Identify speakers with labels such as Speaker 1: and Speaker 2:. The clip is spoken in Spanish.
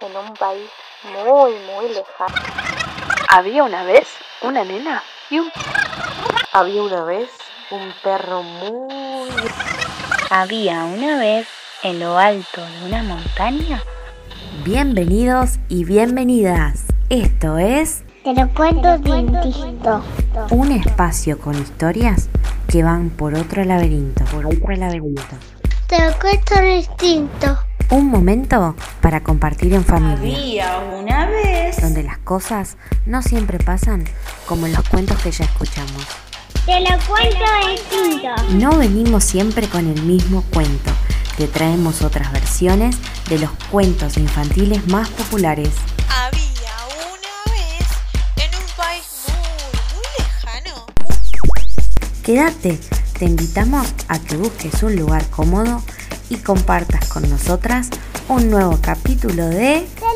Speaker 1: en un país muy, muy lejano.
Speaker 2: Había una vez una nena y un...
Speaker 3: Había una vez un perro muy...
Speaker 4: Había una vez en lo alto de una montaña.
Speaker 5: Bienvenidos y bienvenidas. Esto es...
Speaker 6: Te lo cuento, cientista.
Speaker 5: Un espacio con historias que van por otro laberinto. Por otro laberinto.
Speaker 6: Te lo cuento distinto.
Speaker 5: Un momento para compartir en familia.
Speaker 7: Había una vez.
Speaker 5: Donde las cosas no siempre pasan como en los cuentos que ya escuchamos.
Speaker 6: Te lo cuento distinto.
Speaker 5: No venimos siempre con el mismo cuento. Te traemos otras versiones de los cuentos infantiles más populares.
Speaker 8: Había una vez en un país muy, muy lejano.
Speaker 5: Quédate, te invitamos a que busques un lugar cómodo y compartas con nosotras un nuevo capítulo de...
Speaker 6: Te